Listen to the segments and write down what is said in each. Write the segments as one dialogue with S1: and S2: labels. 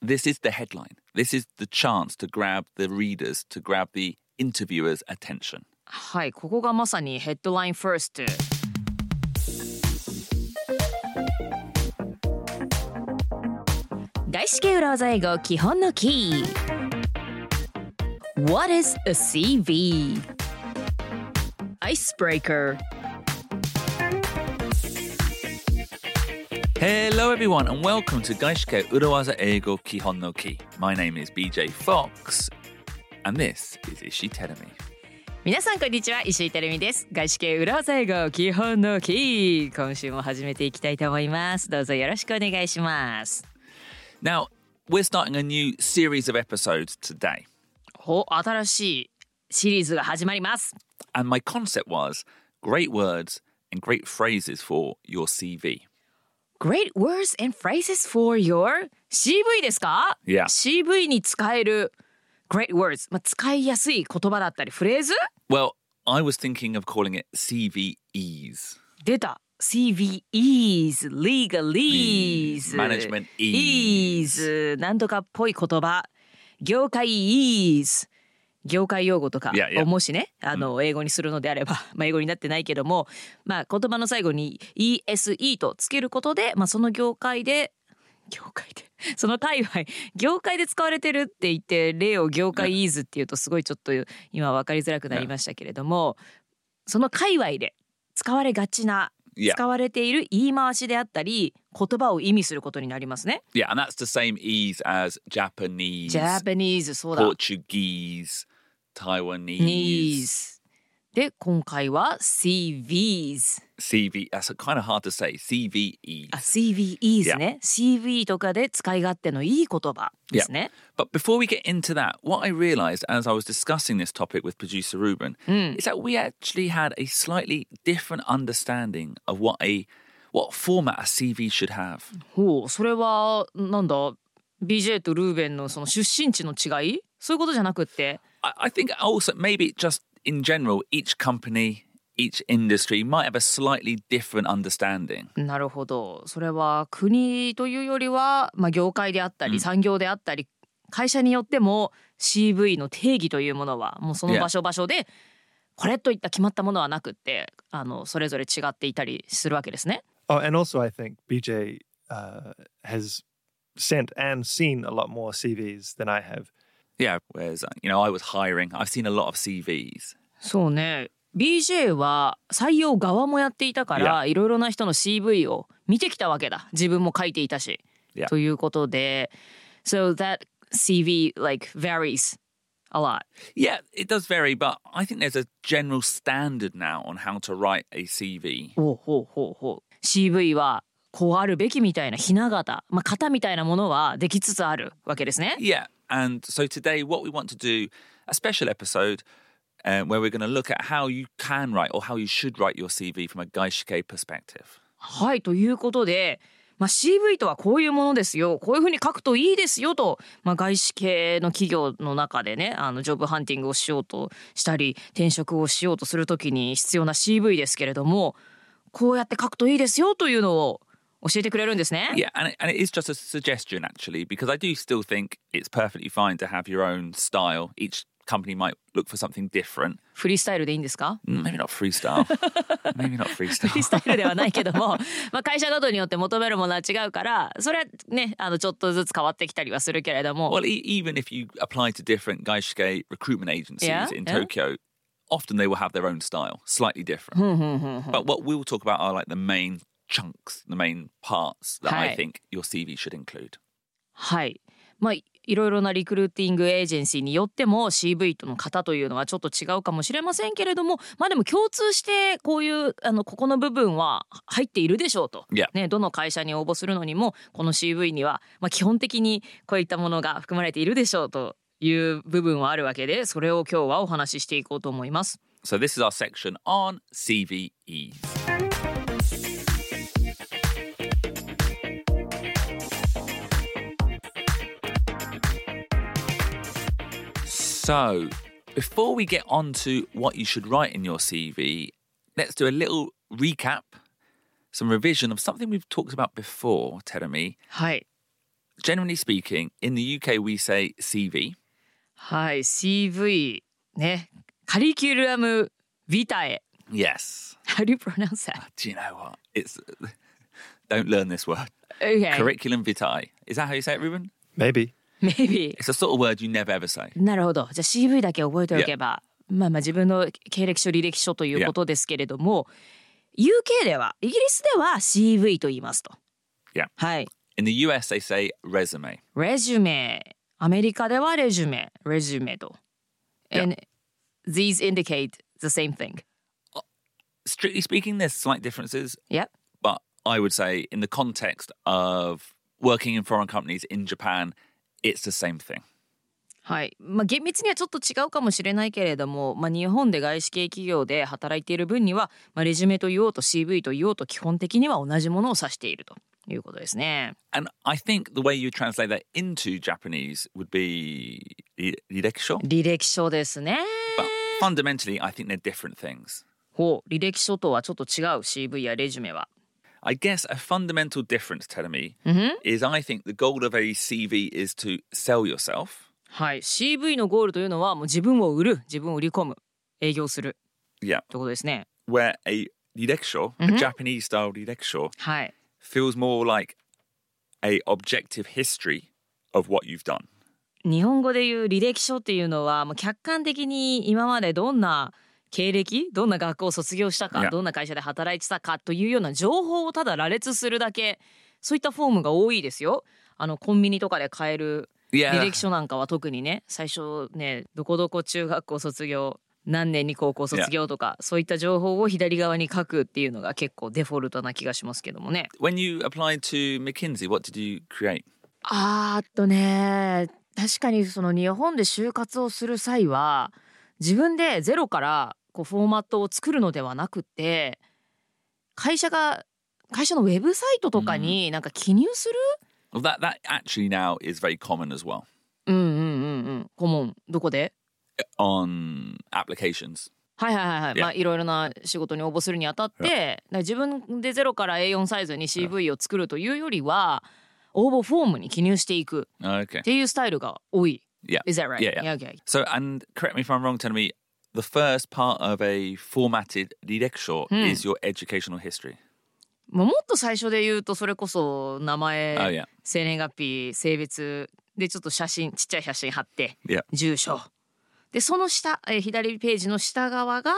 S1: this is the headline. This is the chance to grab the readers, to grab the interviewer's attention.
S2: はい、ここがまさにヘッドラインファースト。外資系裏技英語基本のキー。What is a CV? Icebreaker.
S1: Hello, everyone, and welcome to Gaishike Urawaza Eigo Kihon no Ki. My name is BJ Fox, and this is Ishi Terumi.
S2: 皆さんこんにちは石井てるみです外資系裏技英語基本のキー今週も始めていきたいと思いますどうぞよろしくお願いします
S1: Now, we're starting a new series of episodes today,
S2: お新しいシリーズが始まります
S1: and my concept was great words and great phrases for your CV.
S2: Great words and phrases for your CV ですか
S1: Yeah.
S2: CV に使える Great words、まあ、使いやすい言葉だったりフレーズ
S1: Well, I was thinking of calling it CVEs.
S2: 出た CVEs、Legalese、
S1: Management ease.
S2: ease なんとかっぽい言葉業界 ease 業界用語とか
S1: Yeah, yeah.
S2: をもしねあの英語にするのであれば、 まあ、英語になってないけども、まあ、言葉の最後に ESE とつけることで、まあ、その業界で業界で その界隈業界で使われてるって言って例を業界 ease っていうとすごいちょっと今分かりづらくなりましたけれども、その界隈で使われがちな
S1: Yeah.
S2: 使われている言い回しであったり言葉を意味することになりますね。
S1: Yeah, and that's the same ease as Japanese,
S2: ジャパニーズそうだ。
S1: Portuguese, Taiwanese.
S2: ニーズ。で今回は CVs。
S1: CV. That's kind of hard to say. E. CVE.
S2: あ CVEs ね。CV とかで使い勝手のいい言葉ですね。
S1: But before we get into that, what I realized as I was discussing this topic with producer Ruben
S2: Mm.
S1: is that we actually had a slightly different understanding of what a what format a CV should have.
S2: ほうそれはなんだ BJ とルーベンのその出身地の違いそういうことじゃなくって。
S1: I, I think also maybe just in general, each company, each industry might have a slightly different understanding.
S2: なるほどそれは国というよりは、まあ、業界であったり産業であったり、会社によっても CV の定義というものはもうその
S1: Yeah.
S2: 場所場所でこれといった決まったものはなくってあのそれぞれ違っていたりするわけですね。
S3: Oh, and also I think BJ uh, has sent and seen a lot more CVs than I have.
S1: Yeah. Whereas, uh, you know, I was hiring, I've seen a lot of CVs.
S2: そうね BJ は採用側もやっていたからいろいろな人の CV を見てきたわけだ自分も書いていたし。
S1: Yeah.
S2: ということで So that CV like varies a lot.
S1: Yeah, it does vary, but I think there's a general standard now on how to write a CV.
S2: ほうほうほうほう CV はこうあるべきみたいなひな形、まあ、型みたいなものはできつつあるわけですね。
S1: Yeah. And so today, what we want to do a special episode uh, where we're going to look at how you can write or how you should write your CV from a Gaishike perspective.
S2: はいということで、まあ、CV とはこういうものですよこういうふうに書くといいですよと、まあ、外資系の企業の中でねあのジョブハンティングをしようとしたり転職をしようとするときに必要な CV ですけれどもこうやって書くといいですよというのを教えてくれるんですね。
S1: Yeah. And it, and it is just a suggestion, actually, because I do still think it's perfectly fine to have your own style. Each company might look for something different.
S2: フリースタイルでいいんですか
S1: Mm, Maybe not freestyle. Maybe not freestyle.
S2: フリースタイルではないけども まあ会社ごとによって求めるものは違うからそれはねあのちょっとずつ変わってきたりはするけれども
S1: Well, e- even if you apply to different Gaishike recruitment agencies
S2: Yeah,
S1: in
S2: yeah.
S1: Tokyo, often they will have their own style, slightly different.
S2: Mm-hmm.
S1: but what we'll talk about are like the main chunks, the main parts that I
S2: Hi.
S1: think your CV should include.
S2: はいまあいいろいろなリクルーティングエージェンシーによっても CV との型というのはちょっと違うかもしれませんけれどもまあでも共通してこういうあのここの部分は入っているでしょうと、
S1: Yeah.
S2: ね、どの会社に応募するのにもこの CV には、まあ、基本的にこういったものが含まれているでしょうという部分はあるわけでそれを今日はお話ししていこうと思います。
S1: So this is our section on CVEs. So, before we get on to what you should write in your CV, let's do a little recap, some revision of something we've talked about before, Teremi.
S2: はい
S1: generally speaking, in the UK, we say CV.
S2: はい CV ねカリキュラムビタエ
S1: Yes.
S2: How do you pronounce that?
S1: Do you know what? It's don't learn this word.
S2: Okay.
S1: Curriculum vitae. Is that how you say it, Ruben?
S3: Maybe.
S2: Maybe.
S1: It's a sort of word you never ever say.
S2: なるほど。じゃあ CV だけ覚えておけば、まあまあ自分の経歴書履歴書ということですけれども、UK ではイギリスでは CV と言いますと。
S1: Yeah.
S2: はい。
S1: In the US, they say resume.
S2: レジュメ。アメリカではレジュメ。レジュメと。And these indicate the same thing.
S1: Strictly speaking, there's slight differences,
S2: Yep.
S1: but I would say in the context of working in foreign companies in Japan, it's the same thing.
S2: はい、まあ、厳密にはちょっと違うかもしれないけれども、まあ、日本で外資系企業で働いている分には、まあ、レジュメと言おうと CV と言おうと基本的には同じものを指しているということですね。
S1: And I think the way you translate that into Japanese would be i- direkisho.
S2: 履歴書ですね。
S1: But fundamentally, I think they're different things.
S2: ほう履歴書とはちょっと違う CV やレジュメは。
S1: I guess a fundamental difference, Telemi, is I think the goal of a CV is to sell yourself.
S2: はい CV のゴールというのはもう自分を売る自分を売り込む営業する
S1: Yeah.
S2: ってことですね。
S1: Where a direkisho, a Japanese style direkisho,
S2: はい。
S1: feels more like a objective history of what you've done.
S2: 日本語でいう履歴書っていうのはもう客観的に今までどんな経歴どんな学校を卒業した
S1: い
S2: か
S1: や
S2: どんな会社で働いてたかというような情報をただ羅列するだけそういったフォームが多いですよ。あのコンビニとかで買える
S1: Yeah.
S2: 履歴書なんかは特にね最初ねどこどこ中学校卒業何年に高校卒業とかそういった情報を左側に書くっていうのが結構デフォルトな気がしますけどもね。
S1: When you applied to McKinsey, what did you create?
S2: あーっとね確かにその日本で就活をする際は自分でゼロからこうフォーマットを作るのではなくて会社が会社のウェブサイトとかになんか記入する、
S1: Well, that that actually now is very common as well
S2: うん、うんうんうん顧問どこで
S1: on applications.
S2: はいはいはいはい、
S1: いや
S2: まあいろいろな仕事に応募するにあたって、だから自分でゼロから A4 サイズに CV を作るというよりは応募フォームに記入していく
S1: Okay.
S2: っていうスタイルが多い。
S1: Yeah.
S2: Is that right?
S1: Yeah, yeah.
S2: okay.
S1: So, and correct me if I'm wrong, tell me the first part of a formatted direkisho
S2: Hmm.
S1: is your educational history.
S2: まあもっと最初で言うとそれこそ名
S1: Oh
S2: 前
S1: yeah,
S2: 生年月日性別でちょっと写真ちっちゃい写真貼って
S1: yeah,
S2: 住所でその下えー左ページの下側が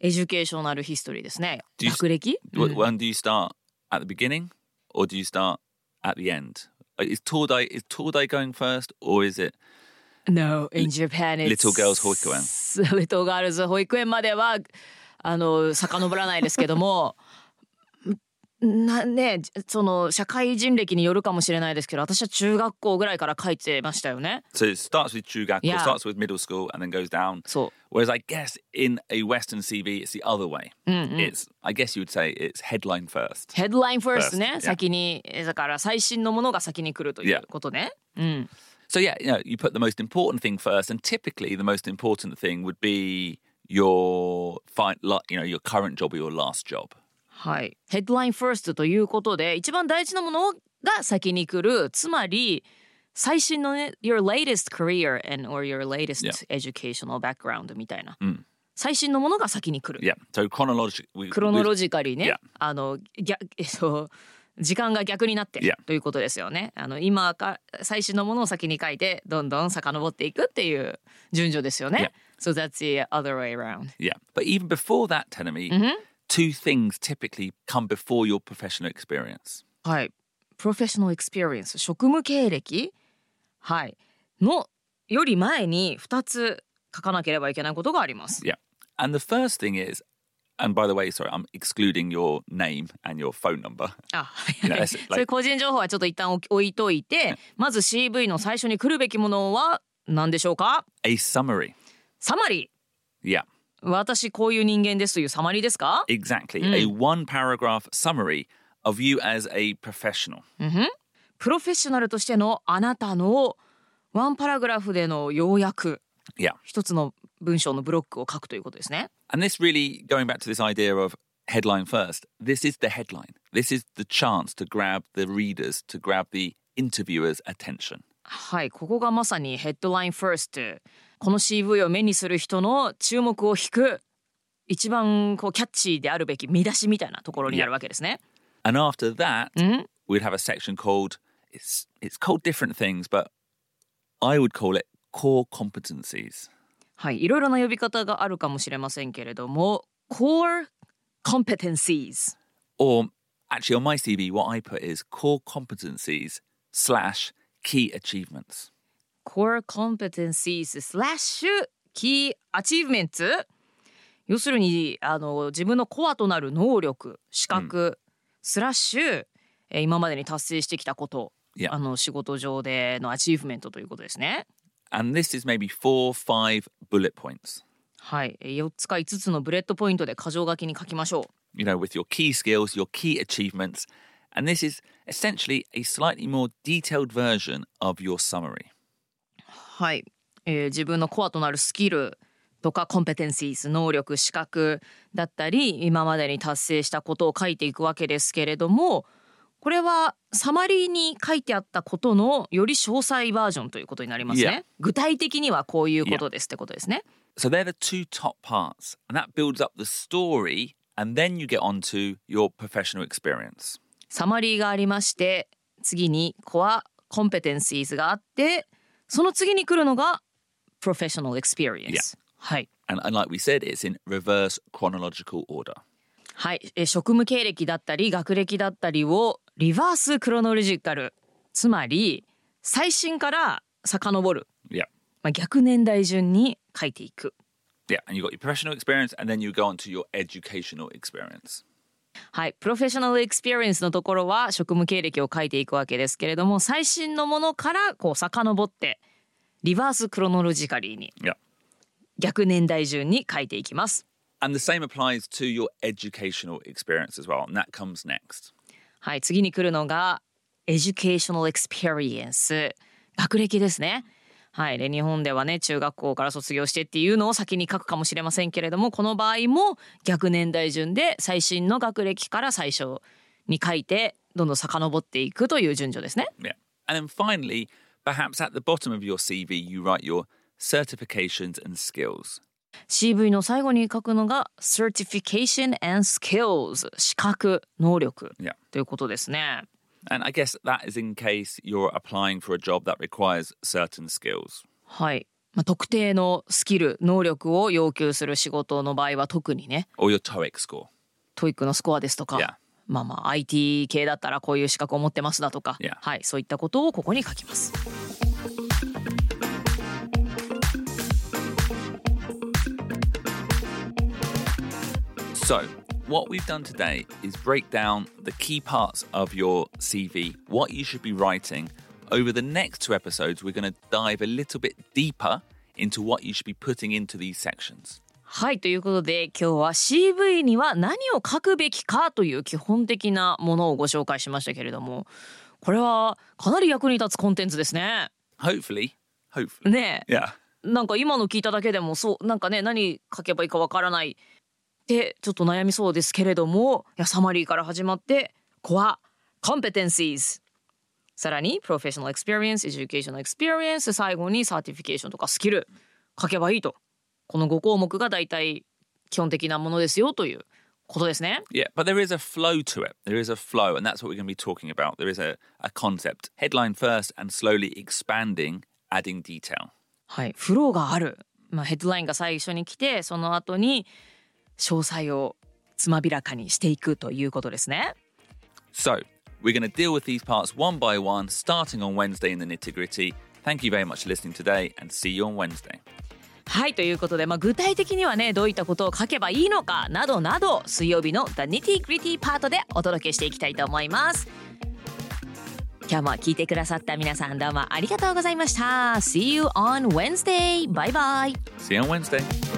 S2: エデュケーショナルヒストリーですね
S1: Do you-
S2: 学歴、
S1: Wh-
S2: うん
S1: When do you start at the beginning, or do you start at the end? Uh, Is Tordai is Tordai going first, or is it?
S2: No, in Japan it's
S1: Little girls 保育園
S2: Little girls 保育園まではあの遡らないですけどもなねその社会人歴によるかもしれないですけど私は中学校ぐらいから書いてましたよね
S1: So it starts with chugaku,
S2: Yeah.
S1: starts with middle school, and then goes down.
S2: そ
S1: Whereas I guess in a Western CV, it's the other way.
S2: う、うんうん、
S1: It's I guess you would say it's headline first.
S2: ヘッドラインファース
S1: First,
S2: トね
S1: yeah.
S2: 先にえだから最新のものが先に来るという
S1: Yeah.
S2: ことね、うん、
S1: So yeah, you know, you put the most important thing first, and typically the most important thing would be your fi- li- you know, your current job or your last job.
S2: はいヘッドラインファーストということで一番大事なものが先に来るつまり最新のね your latest career and or your latest
S1: Yeah.
S2: educational background みたいな、
S1: ん
S2: 最新のものが先に来る
S1: Yeah. So chronologically, we,
S2: クロノ
S1: we've-
S2: ロジカリーね、
S1: Yeah.
S2: あの 逆えっと時間が逆になって
S1: Yeah.
S2: ということですよねあの今か最新のものを先に書いてどんどん遡っていくっていう順序ですよね、So that's the other way around
S1: Yeah. But even before that, Tenemy, two things typically come before your professional experience.
S2: はいプロフェッショナルエクスペリエンス職務経歴はいのより前に2つ書かなければいけないことがあります、
S1: Yeah. And the first thing is, and by the way, sorry, I'm excluding your name and your phone number.
S2: あ、はい
S1: You know, that's
S2: そういう
S1: like-
S2: 個人情報はちょっと一旦置き置いといてまず CV の最初に来るべきものは何でしょうか
S1: A summary.
S2: サマリー
S1: Yeah,
S2: 私こういう人間ですというサマリーですか
S1: exactly. A one paragraph summary of you as a professional.
S2: プロフェッショナルとしてのあなたのワンパラグラフでの要約
S1: Yeah.
S2: 一つの文章のブロックを書くということですね
S1: And this really, going back to this idea of headline first, this is the headline. This is the chance to grab the readers, to grab the interviewer's attention.
S2: はい、ここがまさにヘッドラインファースト。この CV を目にする人の注目を引く、一番こうキャッチーであるべき見出しみたいなところになるわけですね。
S1: And after that,
S2: うん、
S1: we'd have a section called it's it's called different things, but I would call it core competencies.
S2: はい、いろいろな呼び方があるかもしれませんけれども、core competencies。
S1: Or actually on my CV what I put is core competencies slash key achievements.
S2: core competencies スラッシュ key achievements 要するにあの自分のコアとなる能力資格、スラッシュえー今までに達成してきたこと、
S1: Yeah.
S2: あの仕事上でのアチーフメントということですね。
S1: And this is maybe four, five bullet points.
S2: はい、えー4つか5つのブレッドポイントで箇条書きに書きましょう。
S1: You know, with your key skills, your key achievements. And this is essentially a slightly more detailed version of your summary.
S2: はい、えー自分のコアとなるスキルとかコンペテンシーズ能力資格だったり今までに達成したことを書いていくわけですけれどもこれはサマリーに書いてあったことのより詳細バージョンということになりますね。
S1: Yeah.
S2: 具体的にはこういうことですってことですね。
S1: So they're the two top parts, and that builds up the story, and then you get onto your professional experience.
S2: サマリーがありまして次にコアコンペテンシーズがあってその次に来るのがプロフェッショナルエクスペリエンス。はい。
S1: And, and like we said, it's in reverse chronological order.
S2: はい、えー職務経歴だったり学歴だったりをリバースクロノロジカルつまり最新から遡る、
S1: Yeah.
S2: まあ、逆年代順に書いていく。
S1: Yeah. And you've got your professional experience, and then you go on to your educational experience.
S2: はい、プロフェッショナルエクスペリエンスのところは職務経歴を書いていくわけですけれども最新のものからこう遡ってリバースクロノロジカリーに
S1: Yeah.
S2: 逆年代順に書いていきます。
S1: And the same applies to your educational experience as well, and that comes next.
S2: はい、次に来るのがエデュケーショナルエクスペリエンス学歴ですね。はい、で日本ではね中学校から卒業してっていうのを先に書くかもしれませんけれどもこの場合も逆年代順で最新の学歴から最初に書いてどんどん遡っていくという順序ですね。
S1: Yeah. And then finally, perhaps at the bottom of your CV, you write your certifications and skills.
S2: CV の最後に書くのが Certification and Skills 資格能力
S1: Yeah.
S2: ということですね。
S1: And I guess that is in case you're applying for a job that requires certain skills.
S2: はい、まあ、特定のスキル能力を要求する仕事の場合は特にね
S1: or your TOEIC score.
S2: トイックのスコアですとか、
S1: Yeah.
S2: まあまあ IT 系だったらこういう資格を持ってますだとか、
S1: Yeah.
S2: はい、そういったことをここに書きます。
S1: So, what we've done today is break down the key parts of your CV, what you should be writing. Over the next two episodes, we're going to dive a little bit deeper into what you should be putting into these sections.
S2: はいということで今日は CV には何を書くべきかという基本的なものをご紹介しましたけれどもこれはかなり役に立つコンテンツですね。
S1: Hopefully, hopefully.
S2: ねえ
S1: Yeah.
S2: なんか今の聞いただけでもそうなんかね何書けばいいかわからないってちょっと悩みそうですけれどもいやサマリーから始まってコアコンペテンシーズさらにプロフェッショナルエクスペリエンスエデュケーショナルエクスペリエンス最後にサーティフィケーションとかスキル書けばいいとこの5項目が大体基本的なものですよということですね
S1: Yeah, but there is a flow to it. There is a flow, and that's what we're going to be talking about. There is a, a concept, headline first, and slowly expanding, adding detail.
S2: はいフローがある、まあ、ヘッドラインが最初に来てその後に詳細をつまびらかにしていくということですね
S1: So, we're going to deal with these parts one by one, starting on Wednesday in the nitty gritty. Thank you very much for listening today, and see you on Wednesday.
S2: はいということで、まあ、具体的にはねどういったことを書けばいいのかなどなど水曜日の「The Nitty Gritty」パートでお届けしていきたいと思います今日も聞いてくださった皆さんどうもありがとうございました See you on Wednesday! バイバイ
S1: See you on Wednesday.